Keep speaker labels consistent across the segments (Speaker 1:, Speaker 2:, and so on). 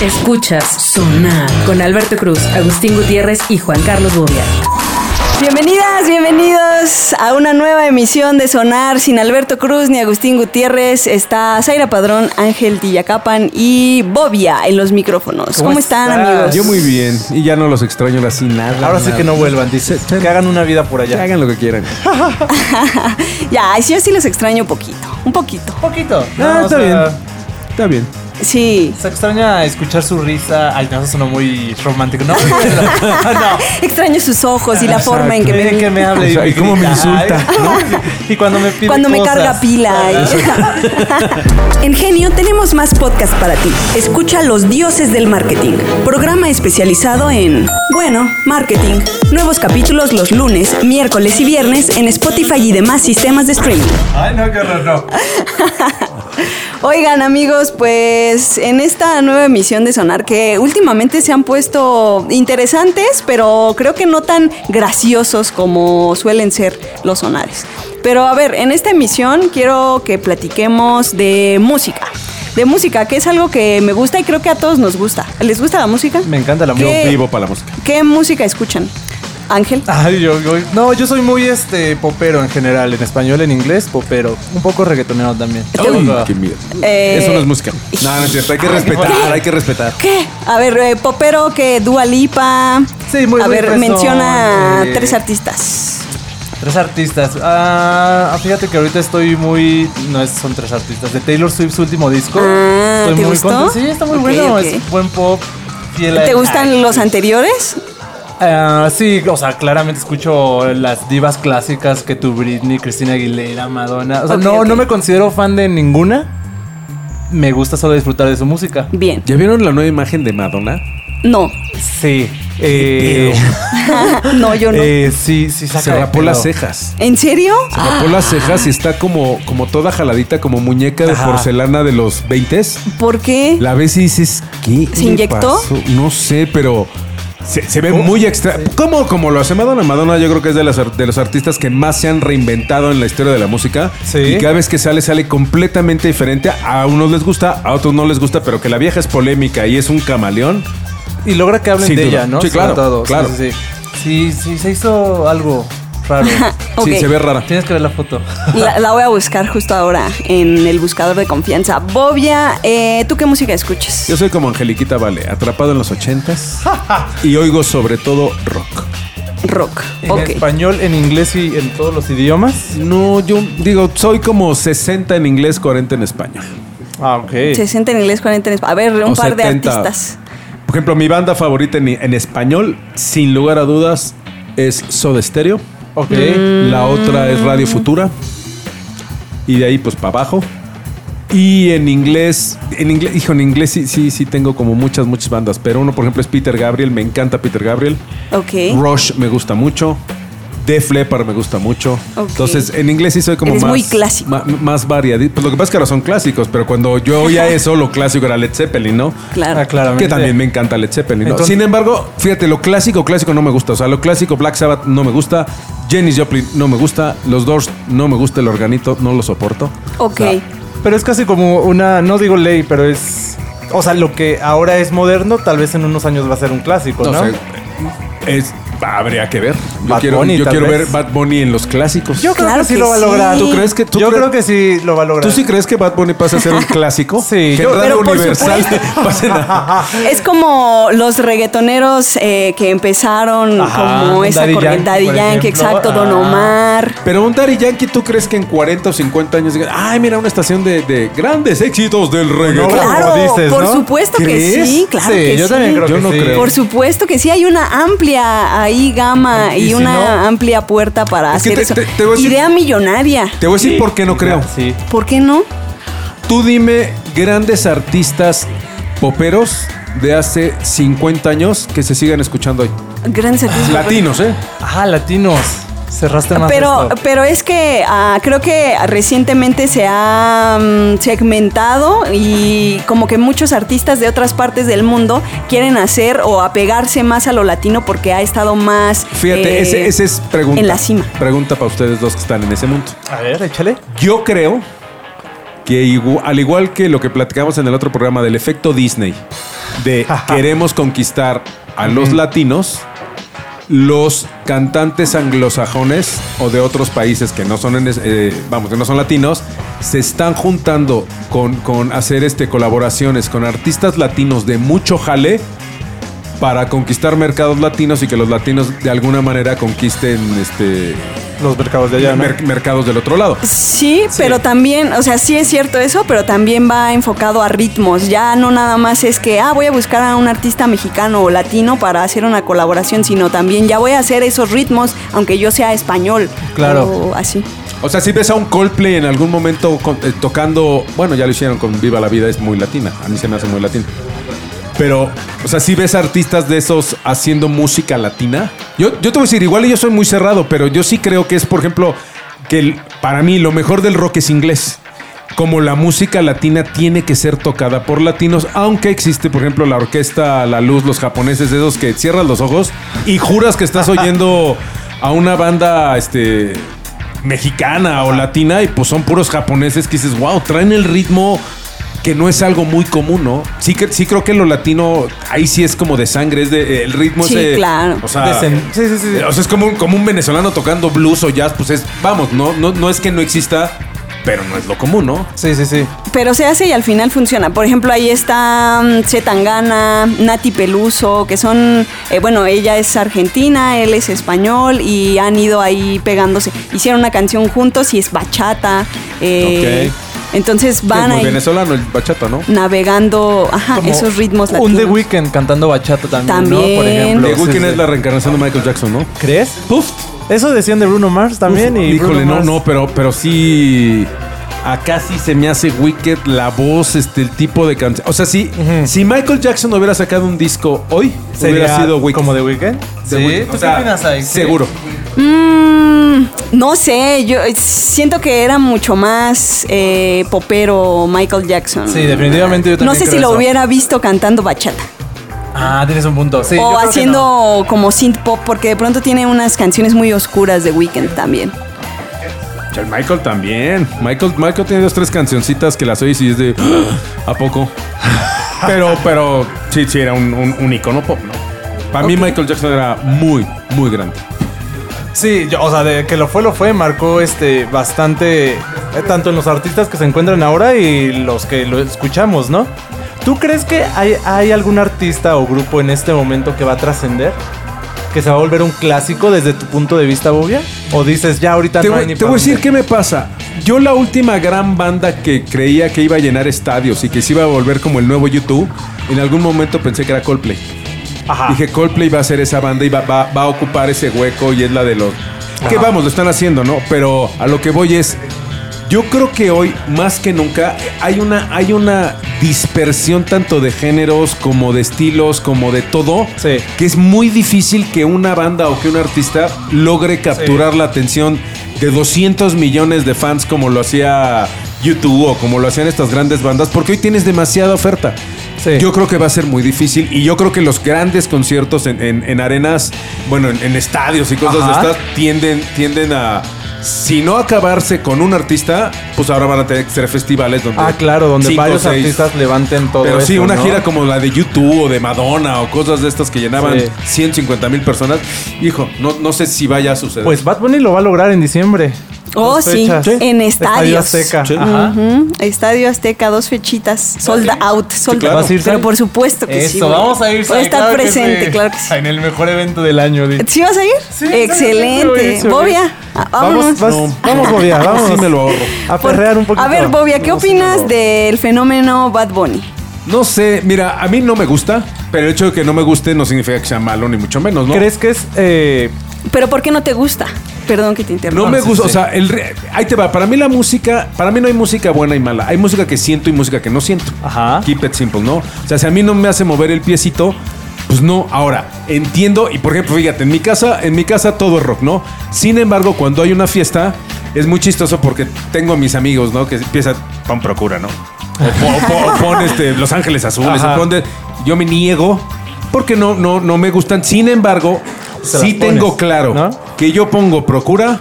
Speaker 1: Escuchas Sonar con Alberto Cruz, Agustín Gutiérrez y Juan Carlos Bobia.
Speaker 2: Bienvenidas, bienvenidos a una nueva emisión de Sonar sin Alberto Cruz ni Agustín Gutiérrez. Está Zaira Padrón, Ángel Tillacapan y Bobia en los micrófonos. ¿Cómo, están,
Speaker 3: estás?
Speaker 2: amigos?
Speaker 3: Yo muy bien. Y ya no los extraño así nada.
Speaker 4: Ahora sí
Speaker 3: nada.
Speaker 4: que no vuelvan, dice. Que hagan una vida por
Speaker 3: Que
Speaker 4: allá.
Speaker 3: hagan lo que quieran.
Speaker 2: ya, yo sí los extraño un poquito, un poquito.
Speaker 4: Poquito.
Speaker 3: Ah,
Speaker 4: No,
Speaker 3: está
Speaker 4: o sea,
Speaker 3: bien. Está bien.
Speaker 2: Sí.
Speaker 4: Se extraña escuchar su risa. Ay, no, eso sonó muy romántico. No, no.
Speaker 2: Extraño sus ojos y la
Speaker 3: Exacto.
Speaker 2: forma en que me...
Speaker 4: Miren que me habla
Speaker 3: O sea, ¿y cómo me
Speaker 4: grita,
Speaker 3: insulta?
Speaker 4: ay, ¿no? Y cuando me pide
Speaker 2: Cuando me
Speaker 4: cosas.
Speaker 2: carga pila.
Speaker 1: En Genio tenemos más podcast para ti. Escucha Los Dioses del Marketing, programa especializado en, bueno, marketing. Nuevos capítulos los lunes, miércoles y viernes en Spotify y demás sistemas de streaming.
Speaker 4: Ay, no, qué horror, no.
Speaker 2: Oigan amigos, pues en esta nueva emisión de Sonar que últimamente se han puesto interesantes, pero creo que no tan graciosos como suelen ser los sonares. Pero a ver, en esta emisión quiero que platiquemos de música. De música, que es algo que me gusta y creo que a todos nos gusta. ¿Les gusta la música?
Speaker 4: Me encanta la
Speaker 2: ¿Qué-
Speaker 4: música.
Speaker 3: Yo vivo para la música.
Speaker 2: ¿Qué música escuchan? Ángel.
Speaker 4: Ay, yo, yo- no, yo soy muy este popero en general, en español, en inglés, popero. Un poco reggaetonero también. Un
Speaker 3: Uy,
Speaker 4: poco.
Speaker 3: qué miedo.
Speaker 2: Eh,
Speaker 3: Eso no es música. No, no es cierto. Hay que respetar, hay que respetar.
Speaker 2: ¿Qué? A ver, eh, popero que Dua Lipa.
Speaker 4: Sí, muy
Speaker 2: A ver,
Speaker 4: rifes son,
Speaker 2: menciona
Speaker 4: eh,
Speaker 2: tres artistas.
Speaker 4: Tres artistas. Ah, fíjate que ahorita estoy muy. No, es- son tres artistas. De Taylor Swift, su último disco.
Speaker 2: Ah,
Speaker 4: estoy
Speaker 2: ¿te
Speaker 4: muy
Speaker 2: gustó?
Speaker 4: contento. Sí, está muy
Speaker 2: Ok,
Speaker 4: bueno.
Speaker 2: ok.
Speaker 4: Es buen pop. Fiel a-
Speaker 2: ¿Te gustan
Speaker 4: Ay.
Speaker 2: los anteriores?
Speaker 4: Ah, sí, o sea, claramente escucho las divas clásicas que tu Britney, Cristina Aguilera, Madonna. O sea,
Speaker 2: Ok,
Speaker 4: no,
Speaker 2: ok.
Speaker 4: no me considero fan de ninguna. Me gusta solo disfrutar de su música.
Speaker 2: Bien.
Speaker 3: ¿Ya vieron la nueva imagen de Madonna?
Speaker 2: No.
Speaker 4: Sí. Eh,
Speaker 2: no, yo no.
Speaker 4: eh, sí, sí, saca
Speaker 3: Se
Speaker 4: de
Speaker 3: rapó
Speaker 4: pedo.
Speaker 3: las cejas.
Speaker 2: ¿En serio?
Speaker 3: Se rapó las cejas y está como, como toda jaladita, como muñeca de
Speaker 4: Ajá.
Speaker 3: porcelana de los 20s.
Speaker 2: ¿Por qué?
Speaker 3: La ves y dices, ¿qué?
Speaker 2: ¿Se
Speaker 3: le
Speaker 2: inyectó?
Speaker 3: pasó? No sé, pero se, se ve muy extra. ¿Cómo? Como lo hace Madonna. Madonna yo creo que es de, las ar- de los artistas que más se han reinventado en la historia de la música.
Speaker 4: Sí.
Speaker 3: Y cada vez que sale, sale completamente diferente. A unos les gusta, a otros no les gusta, pero que la vieja es polémica y es un camaleón.
Speaker 4: Y logra que hablen
Speaker 3: Sin
Speaker 4: de
Speaker 3: duda.
Speaker 4: ella, ¿no?
Speaker 3: Sí,
Speaker 4: Sobre
Speaker 3: claro,
Speaker 4: todo.
Speaker 3: claro.
Speaker 4: Sí, sí, sí. Sí, sí, se hizo algo raro.
Speaker 2: Ok.
Speaker 3: Sí, se ve rara.
Speaker 4: Tienes que ver la foto.
Speaker 2: La, la voy a buscar justo ahora en el buscador de confianza. Bobia, eh, ¿tú qué música escuchas?
Speaker 3: Yo soy como Angeliquita Vale, atrapado en los ochentas y oigo sobre todo rock.
Speaker 2: Rock.
Speaker 4: En
Speaker 2: Ok.
Speaker 4: español, en inglés y en todos los idiomas.
Speaker 3: No, yo digo, soy como 60 en inglés, 40 en español.
Speaker 4: Ah, ok.
Speaker 2: 60 en inglés, 40 en español. A ver, un
Speaker 3: O
Speaker 2: par de
Speaker 3: 70.
Speaker 2: artistas.
Speaker 3: Por ejemplo, mi banda favorita en, en español, sin lugar a dudas, es Soda Stereo.
Speaker 4: Ok.
Speaker 3: La otra es
Speaker 2: Mm.
Speaker 3: Radio Futura. Y de ahí, pues, para abajo. Y en inglés, en inglés, hijo, en inglés sí, sí, sí tengo como muchas, muchas bandas. Pero uno, por ejemplo, es Peter Gabriel. Me encanta Peter Gabriel.
Speaker 2: Ok.
Speaker 3: Rush me gusta mucho. Def Leppard me gusta mucho.
Speaker 2: Ok.
Speaker 3: Entonces, en inglés sí soy como
Speaker 2: Eres
Speaker 3: más...
Speaker 2: muy clásico.
Speaker 3: ma- más variadito. Pues lo que pasa es que ahora son clásicos, pero cuando yo oía eso, lo clásico era Led Zeppelin, ¿no?
Speaker 2: Claro.
Speaker 4: Ah, claramente.
Speaker 3: Que también me encanta Led Zeppelin. ¿no?
Speaker 4: Entonces-
Speaker 3: Sin embargo, fíjate, lo clásico, clásico no me gusta. O sea, lo clásico, Black Sabbath no me gusta. Janis Joplin no me gusta. Los Doors no me gusta. El organito no lo soporto.
Speaker 2: Ok.
Speaker 3: O sea,
Speaker 4: Pero es casi como una, no digo ley, pero es. O sea, lo que ahora es moderno, tal vez en unos años va a ser un clásico,
Speaker 3: no
Speaker 4: Pues ¿no?
Speaker 3: sé, es, habría que ver. Yo
Speaker 4: Bad
Speaker 3: quiero,
Speaker 4: Bunny,
Speaker 3: yo
Speaker 4: tal
Speaker 3: quiero ver
Speaker 4: vez.
Speaker 3: Bad Bunny en los clásicos.
Speaker 4: Yo creo
Speaker 2: Claro
Speaker 4: que sí
Speaker 2: que
Speaker 4: lo va a
Speaker 2: sí.
Speaker 4: lograr.
Speaker 3: ¿Tú crees que- tú
Speaker 4: Yo
Speaker 3: crees-
Speaker 4: creo que sí lo va a lograr.
Speaker 3: ¿Tú sí crees que Bad Bunny pasa a ser un clásico?
Speaker 4: Sí,
Speaker 3: que
Speaker 4: yo-
Speaker 3: Radio
Speaker 2: pero por
Speaker 3: Universal
Speaker 2: supuesto.
Speaker 3: pase a-
Speaker 2: Es como los reggaetoneros eh, que empezaron
Speaker 4: Ajá,
Speaker 2: como esa
Speaker 4: Daddy
Speaker 2: corriente.
Speaker 4: Yankee,
Speaker 2: Daddy
Speaker 4: por
Speaker 2: Yankee,
Speaker 4: ejemplo.
Speaker 2: exacto, Don
Speaker 4: Ah.
Speaker 2: Omar.
Speaker 3: Pero un Daddy Yankee, ¿tú crees que en 40 o 50 años digan, ay, mira, una estación de, de grandes éxitos del reggaetón?
Speaker 4: Ahora como
Speaker 2: Claro,
Speaker 4: dices,
Speaker 2: por
Speaker 4: ¿no?
Speaker 2: supuesto que
Speaker 3: ¿Crees?
Speaker 2: sí, claro
Speaker 4: Sí,
Speaker 2: que
Speaker 4: yo
Speaker 2: sí.
Speaker 4: también creo
Speaker 3: Yo
Speaker 4: que
Speaker 3: no
Speaker 4: sí.
Speaker 3: creo.
Speaker 2: Por supuesto que sí, hay una amplia ahí gama y,
Speaker 4: Y si
Speaker 2: una
Speaker 4: no-
Speaker 2: amplia puerta para
Speaker 3: Es que
Speaker 2: hacer
Speaker 3: te-
Speaker 2: eso.
Speaker 3: te- te voy a decir-
Speaker 2: Idea millonaria.
Speaker 3: Te voy a decir por qué no creo.
Speaker 4: Sí.
Speaker 2: ¿Por qué no?
Speaker 3: Tú dime grandes artistas poperos de hace 50 años que se sigan escuchando hoy.
Speaker 2: Grandes artistas.
Speaker 3: Latinos, ¿eh?
Speaker 4: Ah, latinos. Cerraste más.
Speaker 2: Pero, eh,
Speaker 4: esto.
Speaker 2: pero es que ah, creo que recientemente se ha mm, segmentado y como que muchos artistas de otras partes del mundo quieren hacer o apegarse más a lo latino porque ha estado más...
Speaker 3: Fíjate,
Speaker 2: eh,
Speaker 3: ese- esa es pregunta.
Speaker 2: en la cima.
Speaker 3: Pregunta para ustedes dos que están en ese mundo.
Speaker 4: A ver, échale.
Speaker 3: Yo creo que igu- al igual que lo que platicamos en el otro programa del efecto Disney, de queremos conquistar a los latinos, los cantantes anglosajones o de otros países que no son en es- eh, vamos que no son latinos se están juntando con, con hacer este colaboraciones con artistas latinos de mucho jale para conquistar mercados latinos y que los latinos de alguna manera conquisten este
Speaker 4: Los mercados de allá, ¿no?
Speaker 3: mer- mercados del otro lado.
Speaker 2: Sí, pero también, o sea, sí es cierto eso, pero también va enfocado a ritmos. Ya no nada más es que, ah, voy a buscar a un artista mexicano o latino para hacer una colaboración, sino también ya voy a hacer esos ritmos, aunque yo sea español.
Speaker 5: Claro.
Speaker 2: O así.
Speaker 3: O sea, si ves a un Coldplay en algún momento con- eh, tocando, bueno, ya lo hicieron con Viva la Vida, es muy latina, a mí se me hace muy latina. Pero, o sea, si ves artistas de esos haciendo música latina, yo, yo te voy a decir, igual yo soy muy cerrado, pero yo sí creo que es, por ejemplo, que el- para mí lo mejor del rock es inglés. Como la música latina tiene que ser tocada por latinos, aunque existe, por ejemplo, la orquesta La Luz, los japoneses, esos que cierras los ojos y juras que estás oyendo a una banda, este, mexicana o latina y pues son puros japoneses que dices, wow, traen el ritmo que no es algo muy común, ¿no? Sí, que, sí creo que lo latino ahí sí es como de sangre, es de el ritmo
Speaker 2: Sí,
Speaker 3: es de-
Speaker 2: claro.
Speaker 3: O sea,
Speaker 5: Desen- sí, sí, sí.
Speaker 3: eh, o sea, es como un, como un venezolano tocando blues o jazz, pues es, vamos, no, no, no es que no exista, pero no es lo común, ¿no?
Speaker 5: Sí, sí, sí.
Speaker 2: Pero se hace y al final funciona. Por ejemplo, ahí está mm, Zetangana, Nati Peluso, que son, eh, bueno, ella es argentina, él es español y han ido ahí pegándose. Hicieron una canción juntos y es bachata. eh, Entonces van
Speaker 3: es muy
Speaker 2: ahí
Speaker 3: venezolano el bachata, ¿no?
Speaker 2: navegando ajá,
Speaker 5: Como
Speaker 2: Ah, esos ritmos latinos.
Speaker 5: Un The Weeknd cantando bachata también, ¿no? Por
Speaker 2: También.
Speaker 5: ejemplo.
Speaker 3: The
Speaker 5: Sí,
Speaker 3: Weeknd
Speaker 5: sí.
Speaker 3: es la reencarnación de Michael Jackson, ¿no?
Speaker 4: ¿Crees?
Speaker 3: Puf,
Speaker 4: Eso decían de Bruno Mars también. y
Speaker 3: Híjole,
Speaker 4: Bruno
Speaker 3: no,
Speaker 4: Mars-
Speaker 3: no, pero, pero sí. Acá sí se me hace wicked la voz, este, el tipo de canción. O sea, sí, si Michael Jackson hubiera sacado un disco hoy,
Speaker 4: Sería
Speaker 3: hubiera sido wicked.
Speaker 4: como de Weekend.
Speaker 3: The
Speaker 5: Sí,
Speaker 3: Weeknd.
Speaker 5: ¿tú qué opinas ahí?
Speaker 3: Seguro.
Speaker 2: Mm, no sé, yo eh, siento que era mucho más eh, popero Michael Jackson.
Speaker 5: Sí, definitivamente yo
Speaker 2: No
Speaker 5: también
Speaker 2: sé si
Speaker 5: creo
Speaker 2: lo
Speaker 5: eso.
Speaker 2: hubiera visto cantando bachata.
Speaker 5: Ah, tienes un punto. Sí, yo
Speaker 2: o
Speaker 5: creo que no.
Speaker 2: haciendo como synth pop, porque de pronto tiene unas canciones muy oscuras de Weekend también.
Speaker 3: El Michael también. Michael, Michael tiene dos, tres cancioncitas que las oyes y es de. "Ah, ¿A poco? Pero, pero sí, sí, era un, un, un icono pop, ¿no? Para mí, Michael Jackson era muy, muy grande.
Speaker 4: Sí, yo- o sea, de que lo fue, lo fue, marcó este bastante, eh, tanto en los artistas que se encuentran ahora y los que lo escuchamos, ¿no? ¿Tú crees que hay, hay algún artista o grupo en este momento que va a trascender? ¿Que se va a volver un clásico desde tu punto de vista, Bobia? ¿O dices, ya ahorita
Speaker 3: Te,
Speaker 4: no
Speaker 3: voy,
Speaker 4: hay ni
Speaker 3: te
Speaker 4: pa'
Speaker 3: voy a decir
Speaker 4: dónde?
Speaker 3: qué me pasa. Yo la última gran banda que creía que iba a llenar estadios y que se iba a volver como el nuevo YouTube, en algún momento pensé que era Coldplay.
Speaker 4: Ajá.
Speaker 3: Dije, Coldplay va a ser esa banda y va, va- va a ocupar ese hueco y es la de los... Que vamos, lo están haciendo, ¿no? Pero a lo que voy es... Yo creo que hoy, más que nunca, hay una, hay una dispersión tanto de géneros como de estilos, como de todo,
Speaker 4: Sí.
Speaker 3: que es muy difícil que una banda o que un artista logre capturar la atención de 200 millones de fans como lo hacía YouTube o como lo hacían estas grandes bandas, porque hoy tienes demasiada oferta.
Speaker 4: Sí.
Speaker 3: Yo creo que va a ser muy difícil y yo creo que los grandes conciertos en, en- en arenas, bueno, en, en estadios y cosas
Speaker 4: Ajá.
Speaker 3: de estas, tienden, tienden a... Si no acabarse con un artista, pues ahora van a tener que ser festivales donde...
Speaker 4: Ah, claro, donde
Speaker 3: cinco,
Speaker 4: varios
Speaker 3: seis,
Speaker 4: artistas levanten todo
Speaker 3: pero sí,
Speaker 4: esto,
Speaker 3: una
Speaker 4: ¿no?
Speaker 3: gira como la de YouTube o de Madonna o cosas de estas que llenaban
Speaker 4: Sí.
Speaker 3: 150 mil personas. Hijo, no, no sé si vaya a suceder.
Speaker 4: Pues Bad Bunny lo va a lograr en diciembre.
Speaker 2: Oh,
Speaker 4: Dos
Speaker 2: sí,
Speaker 4: fechas.
Speaker 2: en
Speaker 4: Estadio
Speaker 2: estadios.
Speaker 4: Azteca.
Speaker 3: Sí.
Speaker 4: Ajá.
Speaker 2: Ujú, Estadio Azteca, dos fechitas, sold out, sold
Speaker 3: claro.
Speaker 2: out.
Speaker 4: ¿Vas a ir,
Speaker 2: Pero
Speaker 4: Sai?
Speaker 2: por supuesto que sí.
Speaker 5: Eso,
Speaker 2: güey.
Speaker 5: vamos a ir.
Speaker 2: Voy a
Speaker 5: Sai,
Speaker 2: estar
Speaker 5: claro que
Speaker 2: presente,
Speaker 5: sí.
Speaker 2: claro que sí.
Speaker 5: En el mejor evento del año, di.
Speaker 2: ¿Sí vas a ir?
Speaker 5: Sí,
Speaker 2: Excelente.
Speaker 5: sí, sí, sí.
Speaker 2: Bobia, ah, vámonos.
Speaker 4: Vamos, vas-
Speaker 3: No.
Speaker 4: vamos, Bobia, vamos.
Speaker 3: Sí me lo ahorro.
Speaker 4: A
Speaker 2: Por-
Speaker 4: perrear un poquito.
Speaker 2: A ver, Bobia, ¿qué
Speaker 4: No, sí me lo
Speaker 2: opinas
Speaker 4: ahorro.
Speaker 2: del fenómeno Bad Bunny?
Speaker 3: No sé, mira, a mí no me gusta, pero el hecho de que no me guste no significa que sea malo, ni mucho menos, ¿no?
Speaker 4: ¿Crees que es eh,
Speaker 2: ¿Pero por qué no te gusta? Perdón que te interrumpa.
Speaker 3: No me
Speaker 5: sí,
Speaker 3: gusta,
Speaker 5: sí.
Speaker 3: o sea, el re- ahí te va. Para mí la música, para mí no hay música buena y mala. Hay música que siento y música que no siento.
Speaker 4: Ajá.
Speaker 3: Keep it simple, ¿no? O sea, si a mí no me hace mover el piecito, pues no. Ahora, entiendo y por ejemplo, fíjate, en mi casa, en mi casa todo es rock, ¿no? Sin embargo, cuando hay una fiesta es muy chistoso porque tengo a mis amigos, ¿no? Que empieza pon procura, ¿no? O, pon- o pon- pon, este, Los Ángeles Azules,
Speaker 4: Ajá.
Speaker 3: o pon de- yo me niego porque no, no, no me gustan. Sin embargo,
Speaker 4: Se
Speaker 3: sí
Speaker 4: las pones,
Speaker 3: tengo claro
Speaker 4: ¿no?
Speaker 3: que yo pongo procura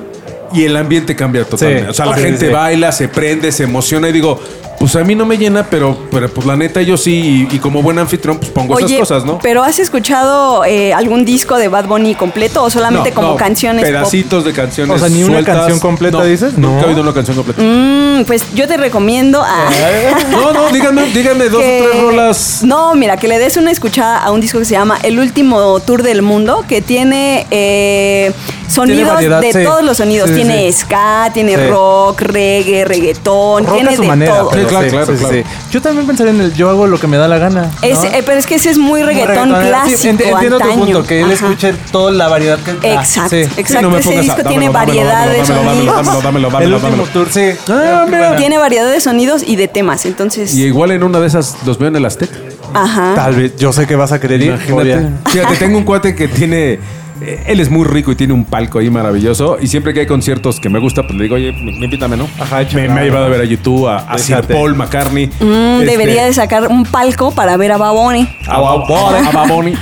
Speaker 3: y el ambiente cambia totalmente.
Speaker 4: Sí.
Speaker 3: o sea, la
Speaker 4: Sí,
Speaker 3: gente
Speaker 4: sí.
Speaker 3: baila, se prende, se emociona y digo, pues a mí no me llena, pero, pero pues la neta yo sí, y, y como buen anfitrión, pues pongo
Speaker 2: Oye,
Speaker 3: esas cosas, ¿no?
Speaker 2: ¿pero has escuchado eh, algún disco de Bad Bunny completo o solamente
Speaker 3: No,
Speaker 2: como
Speaker 3: no,
Speaker 2: canciones pop?
Speaker 3: Pedacitos de canciones.
Speaker 4: O sea, ni una
Speaker 3: sueltas.
Speaker 4: canción completa,
Speaker 3: No,
Speaker 4: dices? No.
Speaker 3: Nunca he oído una canción completa.
Speaker 2: Mm, pues yo te recomiendo ah, a...
Speaker 3: Ah.
Speaker 4: eh,
Speaker 3: No, no, díganme, díganme dos o
Speaker 2: que-
Speaker 3: tres rolas.
Speaker 2: No, mira, que le des una escuchada a un disco que se llama El último tour del mundo, que tiene eh, sonidos
Speaker 4: variedad,
Speaker 2: de
Speaker 4: sí.
Speaker 2: todos los sonidos.
Speaker 4: Sí, sí,
Speaker 2: tiene
Speaker 4: sí.
Speaker 2: ska, tiene
Speaker 4: Sí.
Speaker 2: rock, reggae, reggaetón,
Speaker 4: Rock
Speaker 2: tiene
Speaker 4: a su
Speaker 2: de
Speaker 4: manera.
Speaker 2: todo.
Speaker 4: pero
Speaker 3: Sí, claro, claro, claro.
Speaker 4: Yo también pensaría en el yo hago lo que me da la gana. ¿no?
Speaker 2: Es- eh, pero es que ese es muy
Speaker 4: Como
Speaker 2: reggaetón,
Speaker 4: reggaetonero. Sí,
Speaker 2: clásico,
Speaker 4: enti- entiendo
Speaker 2: antaño.
Speaker 4: tu punto, que él
Speaker 2: Ajá.
Speaker 4: escuche toda la variedad que... Ah,
Speaker 2: Exacto,
Speaker 4: sí.
Speaker 2: exacto.
Speaker 3: Sí, no me
Speaker 2: ese
Speaker 3: pongas a-
Speaker 2: disco
Speaker 3: dámelo,
Speaker 2: tiene
Speaker 3: dámelo,
Speaker 2: variedad de
Speaker 3: dámelo, dámelo,
Speaker 2: sonidos.
Speaker 3: dámelo, dámelo, dámelo,
Speaker 4: el último
Speaker 3: dámelo.
Speaker 4: tour, sí. Ah, mira.
Speaker 2: Tiene variedad de sonidos y de temas, entonces...
Speaker 3: Y igual en una de esas los veo en el Azteca.
Speaker 2: Ajá.
Speaker 4: Tal vez, yo sé que vas a querer ir.
Speaker 3: Imagínate. Fíjate, tengo un cuate que tiene. eh, Él es muy rico y tiene un palco ahí maravilloso. Y siempre que hay conciertos que me gusta, pues le digo, oye, me, me invítame, ¿no?
Speaker 4: Ajá,
Speaker 3: me, me ha llevado a ver a YouTube, a, a Sir
Speaker 4: Déjate.
Speaker 3: Paul McCartney.
Speaker 2: Mm,
Speaker 3: este,
Speaker 2: Debería de sacar un palco para ver a Baboni.
Speaker 3: a Bob- a Bob Bunny.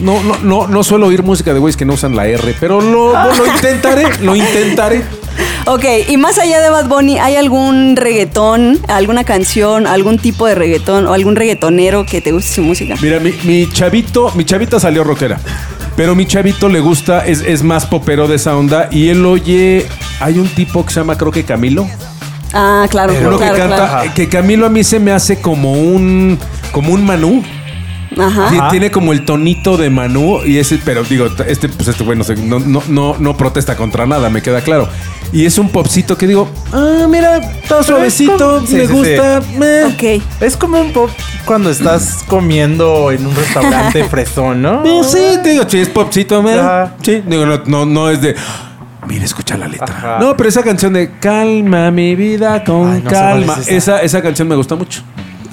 Speaker 3: No, no, no, no, no suelo oír música de güeyes que no usan la R, pero lo, lo intentaré, lo intentaré.
Speaker 2: Ok, y más allá de Bad Bunny, ¿hay algún reggaetón, alguna canción, algún tipo de reggaetón o algún reggaetonero que te guste su música?
Speaker 3: Mira, mi, mi chavito, mi chavita salió rockera. Pero mi chavito le gusta, es, es más popero de esa onda. Y él oye, hay un tipo que se llama, creo que Camilo.
Speaker 2: Ah, claro,
Speaker 3: Uno
Speaker 2: claro,
Speaker 3: que canta,
Speaker 2: claro.
Speaker 3: eh, que Camilo a mí se me hace como un, como un Manú.
Speaker 2: Ajá.
Speaker 3: Tie- Tiene como el tonito de Manú y ese, pero digo, t- este, pues este güey no, se- no, no, no, no protesta contra nada, me queda claro. Y es un popcito que digo, ah, mira, está suavecito,
Speaker 4: Sí,
Speaker 3: me
Speaker 4: sí,
Speaker 3: gusta, meh.
Speaker 2: Ok. Eh,
Speaker 4: Es como un pop cuando estás comiendo en un restaurante fresón, ¿no?
Speaker 3: Eh, Sí, te digo, sí, es popcito, meh.
Speaker 4: Ajá.
Speaker 3: Sí, digo, no, no, no es de, mira, escucha la letra.
Speaker 4: Ajá.
Speaker 3: No, pero esa canción de Calma mi vida con
Speaker 4: Ay, no sé cuál es
Speaker 3: calma,
Speaker 4: esa. Ah.
Speaker 3: esa, esa canción me gusta mucho.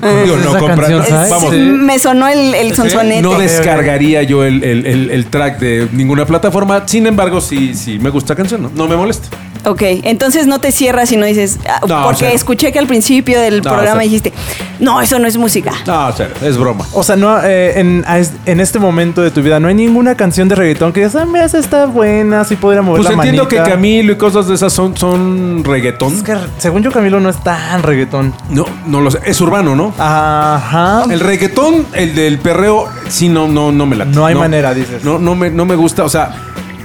Speaker 3: digo,
Speaker 5: esa canción,
Speaker 3: no,
Speaker 5: ¿sabes?
Speaker 3: vamos,
Speaker 2: Sí, Me sonó el, el sonsonete.
Speaker 3: No descargaría yo el, el- el- el track de ninguna plataforma. Sin embargo, sí, sí me gusta la canción, ¿no? No me molesta.
Speaker 2: Ok, entonces no te cierras y no dices, ah,
Speaker 3: No,
Speaker 2: porque
Speaker 3: cero.
Speaker 2: escuché que al principio del
Speaker 3: No,
Speaker 2: programa
Speaker 3: cero.
Speaker 2: dijiste, no, eso no es música.
Speaker 3: No, o sea, es broma.
Speaker 4: O sea, no, eh, en, a es- en este momento de tu vida no hay ninguna canción de reggaetón que digas, ah, mira, esa está buena, sí podría mover
Speaker 3: Pues
Speaker 4: la
Speaker 3: entiendo
Speaker 4: manita".
Speaker 3: que Camilo y cosas de esas son, son
Speaker 4: Es
Speaker 3: reggaetón.
Speaker 4: que, según yo, Camilo no es tan reggaetón.
Speaker 3: No, no lo sé. Es urbano, ¿no?
Speaker 4: Ajá.
Speaker 3: El reggaetón, el del perreo, sí, no, no, no me late.
Speaker 4: No hay manera, dices.
Speaker 3: No, no me, no me gusta. O sea,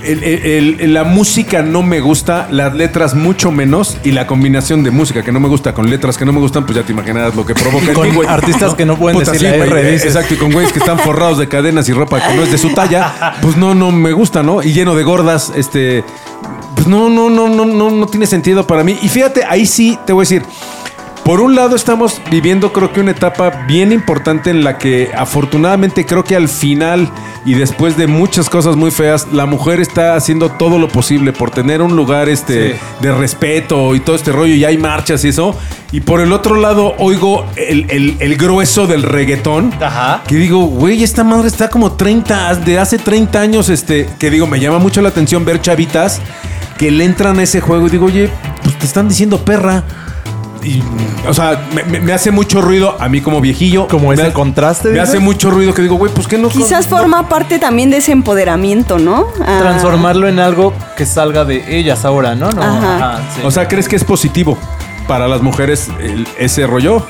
Speaker 3: el- el- el- la música no me gusta, las letras mucho menos, y la combinación de música que no me gusta con letras que no me gustan, pues ya te imaginarás lo que provoca.
Speaker 4: Y con
Speaker 3: en mí, güey.
Speaker 4: artistas que no pueden decir la
Speaker 3: güey, eh,
Speaker 4: R, dices.
Speaker 3: Exacto, y con güeyes que están forrados de cadenas y ropa que no es de su talla, pues no, no me gusta, ¿no? Y lleno de gordas, este. Pues no, no, no, no, no, no tiene sentido para mí. Y fíjate, ahí sí te voy a decir. Por un lado estamos viviendo creo que una etapa bien importante en la que afortunadamente creo que al final y después de muchas cosas muy feas, la mujer está haciendo todo lo posible por tener un lugar este,
Speaker 4: Sí.
Speaker 3: de respeto y todo este rollo y hay marchas y eso. Y por el otro lado oigo el, el- el grueso del reggaetón.
Speaker 4: Ajá.
Speaker 3: Que digo, güey, esta madre está como 30, de hace 30 años, este, que digo, me llama mucho la atención ver chavitas que le entran a ese juego y digo, oye, pues te están diciendo perra. Y, o sea, me, me- me hace mucho ruido a mí como viejillo.
Speaker 4: Como
Speaker 3: me
Speaker 4: ese
Speaker 3: ha-
Speaker 4: contraste,
Speaker 3: Me
Speaker 4: dices.
Speaker 3: hace mucho ruido que digo, güey, pues que no.
Speaker 2: Quizás
Speaker 3: no-
Speaker 2: forma parte también de ese empoderamiento, ¿no? Ah,
Speaker 4: Transformarlo en algo que salga de ellas ahora, ¿no? No,
Speaker 2: Ajá.
Speaker 4: sí.
Speaker 3: O sea, ¿crees que es positivo para las mujeres el- ese rollo?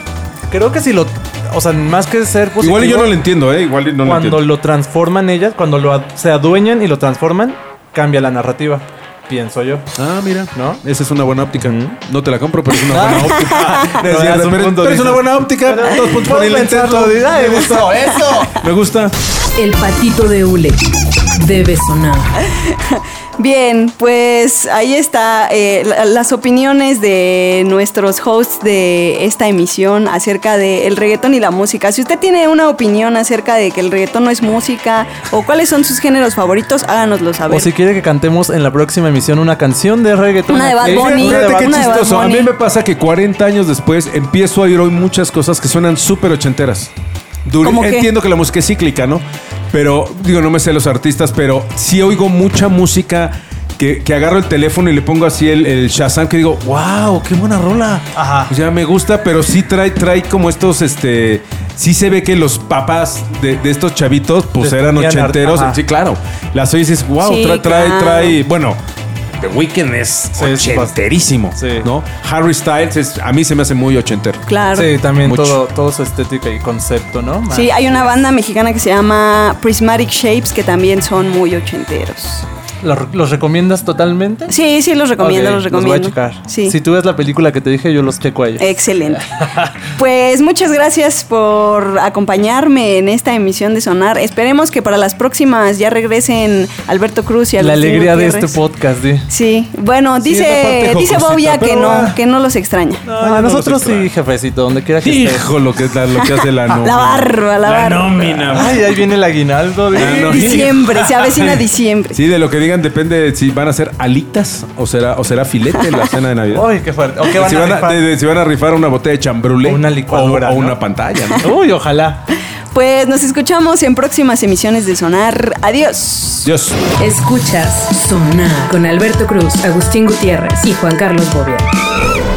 Speaker 4: creo que si lo. O sea, más que ser positivo.
Speaker 3: Igual y yo no lo entiendo, ¿eh? Igual y no lo
Speaker 4: cuando
Speaker 3: entiendo.
Speaker 4: lo transforman ellas, cuando lo ad- se adueñan y lo transforman, cambia la narrativa. Pienso yo.
Speaker 3: Ah, mira,
Speaker 4: ¿No?
Speaker 3: Esa es una buena óptica.
Speaker 4: Ujú.
Speaker 3: No te la compro, pero es una buena óptica.
Speaker 4: No, es un
Speaker 3: pero,
Speaker 4: punto
Speaker 3: pero es
Speaker 4: de
Speaker 3: una
Speaker 4: vista.
Speaker 3: buena óptica. Dos puntos por el intento.
Speaker 4: eso, eso.
Speaker 3: Me gusta.
Speaker 1: El patito de hule debe sonar.
Speaker 2: Bien, pues ahí está eh, la- las opiniones de nuestros hosts de esta emisión acerca del reggaetón y la música. Si usted tiene una opinión acerca de que el reggaetón no es música o cuáles son sus géneros favoritos, háganoslo
Speaker 4: O
Speaker 2: saber.
Speaker 4: si quiere que cantemos en la próxima emisión una canción de reggaetón.
Speaker 2: Una de Bad
Speaker 4: Eh,
Speaker 2: Bunny.
Speaker 4: una de
Speaker 3: Fíjate
Speaker 4: Bad
Speaker 3: qué
Speaker 4: Bunny.
Speaker 2: Una de Bad
Speaker 3: chistoso. A mí
Speaker 2: Bunny.
Speaker 3: me pasa que 40 años después empiezo a oír hoy muchas cosas que suenan súper ochenteras. Duri-
Speaker 2: ¿Cómo qué?
Speaker 3: Entiendo que la música es cíclica, ¿no? Pero, digo, no me sé los artistas, pero sí oigo mucha música que, que agarro el teléfono y le pongo así el, el Shazam que digo, wow, qué buena rola.
Speaker 4: Ajá.
Speaker 3: O sea, me gusta, pero sí trae, trae como estos, este... Sí se ve que los papás de, de estos chavitos, pues
Speaker 4: Les
Speaker 3: eran
Speaker 4: ponían art-
Speaker 3: ochenteros.
Speaker 4: ajá.
Speaker 3: Sí, claro. Las oyes y dices, wow,
Speaker 2: Sí,
Speaker 3: trae, trae,
Speaker 2: claro.
Speaker 3: trae... Bueno, The Weeknd es
Speaker 4: Sí, es
Speaker 3: ochenterísimo,
Speaker 4: bastante- sí.
Speaker 3: ¿no? Harry Styles es- a mí se me hace muy ochentero.
Speaker 2: Claro.
Speaker 4: Sí, también
Speaker 3: Mucho.
Speaker 4: todo, todo su estética y concepto, ¿no? Ma-
Speaker 2: Sí, hay una banda mexicana que se llama Prismatic Shapes que también son muy ochenteros.
Speaker 4: ¿Los, los recomiendas totalmente?
Speaker 2: Sí, sí, los recomiendo,
Speaker 4: Ok,
Speaker 2: los recomiendo.
Speaker 4: Los voy a checar.
Speaker 2: Sí.
Speaker 4: Si tú ves la película que te dije, yo los checo a ellos.
Speaker 2: Excelente. Pues muchas gracias por acompañarme en esta emisión de Sonar. Esperemos que para las próximas ya regresen Alberto Cruz y
Speaker 4: la
Speaker 2: Agustín
Speaker 4: alegría de
Speaker 2: Gutiérrez.
Speaker 4: este podcast, di.
Speaker 2: Sí, bueno,
Speaker 3: es la
Speaker 2: dice,
Speaker 3: parte
Speaker 2: dice Bob
Speaker 3: jocosita,
Speaker 2: ya que
Speaker 3: pero,
Speaker 2: no,
Speaker 3: ah.
Speaker 2: que no los extraña.
Speaker 4: No, a Ah, nosotros sí, jefecito, donde quiera que estés.
Speaker 3: Hijo, lo que, es la- lo que hace la nómina.
Speaker 2: La barba, la
Speaker 3: La
Speaker 2: barba.
Speaker 3: nómina.
Speaker 4: Ay, ahí viene el aguinaldo, di.
Speaker 3: Ah, no.
Speaker 2: Diciembre, se avecina diciembre.
Speaker 3: Sí, de lo que digan depende si van a ser alitas o será, o será filete la cena de Navidad.
Speaker 4: Ay, qué fuerte. ¿O qué van
Speaker 3: si,
Speaker 4: a
Speaker 3: van a,
Speaker 4: rifar?
Speaker 3: de- de- si van a rifar una botella de chambrulé
Speaker 4: O una licuadora,
Speaker 3: o, o
Speaker 4: ¿no?
Speaker 3: una pantalla, ¿no?
Speaker 4: Uy, ojalá.
Speaker 2: Pues nos escuchamos en próximas emisiones de Sonar. Adiós.
Speaker 3: Dios.
Speaker 1: Escuchas Sonar con Alberto Cruz, Agustín Gutiérrez y Juan Carlos Bobia.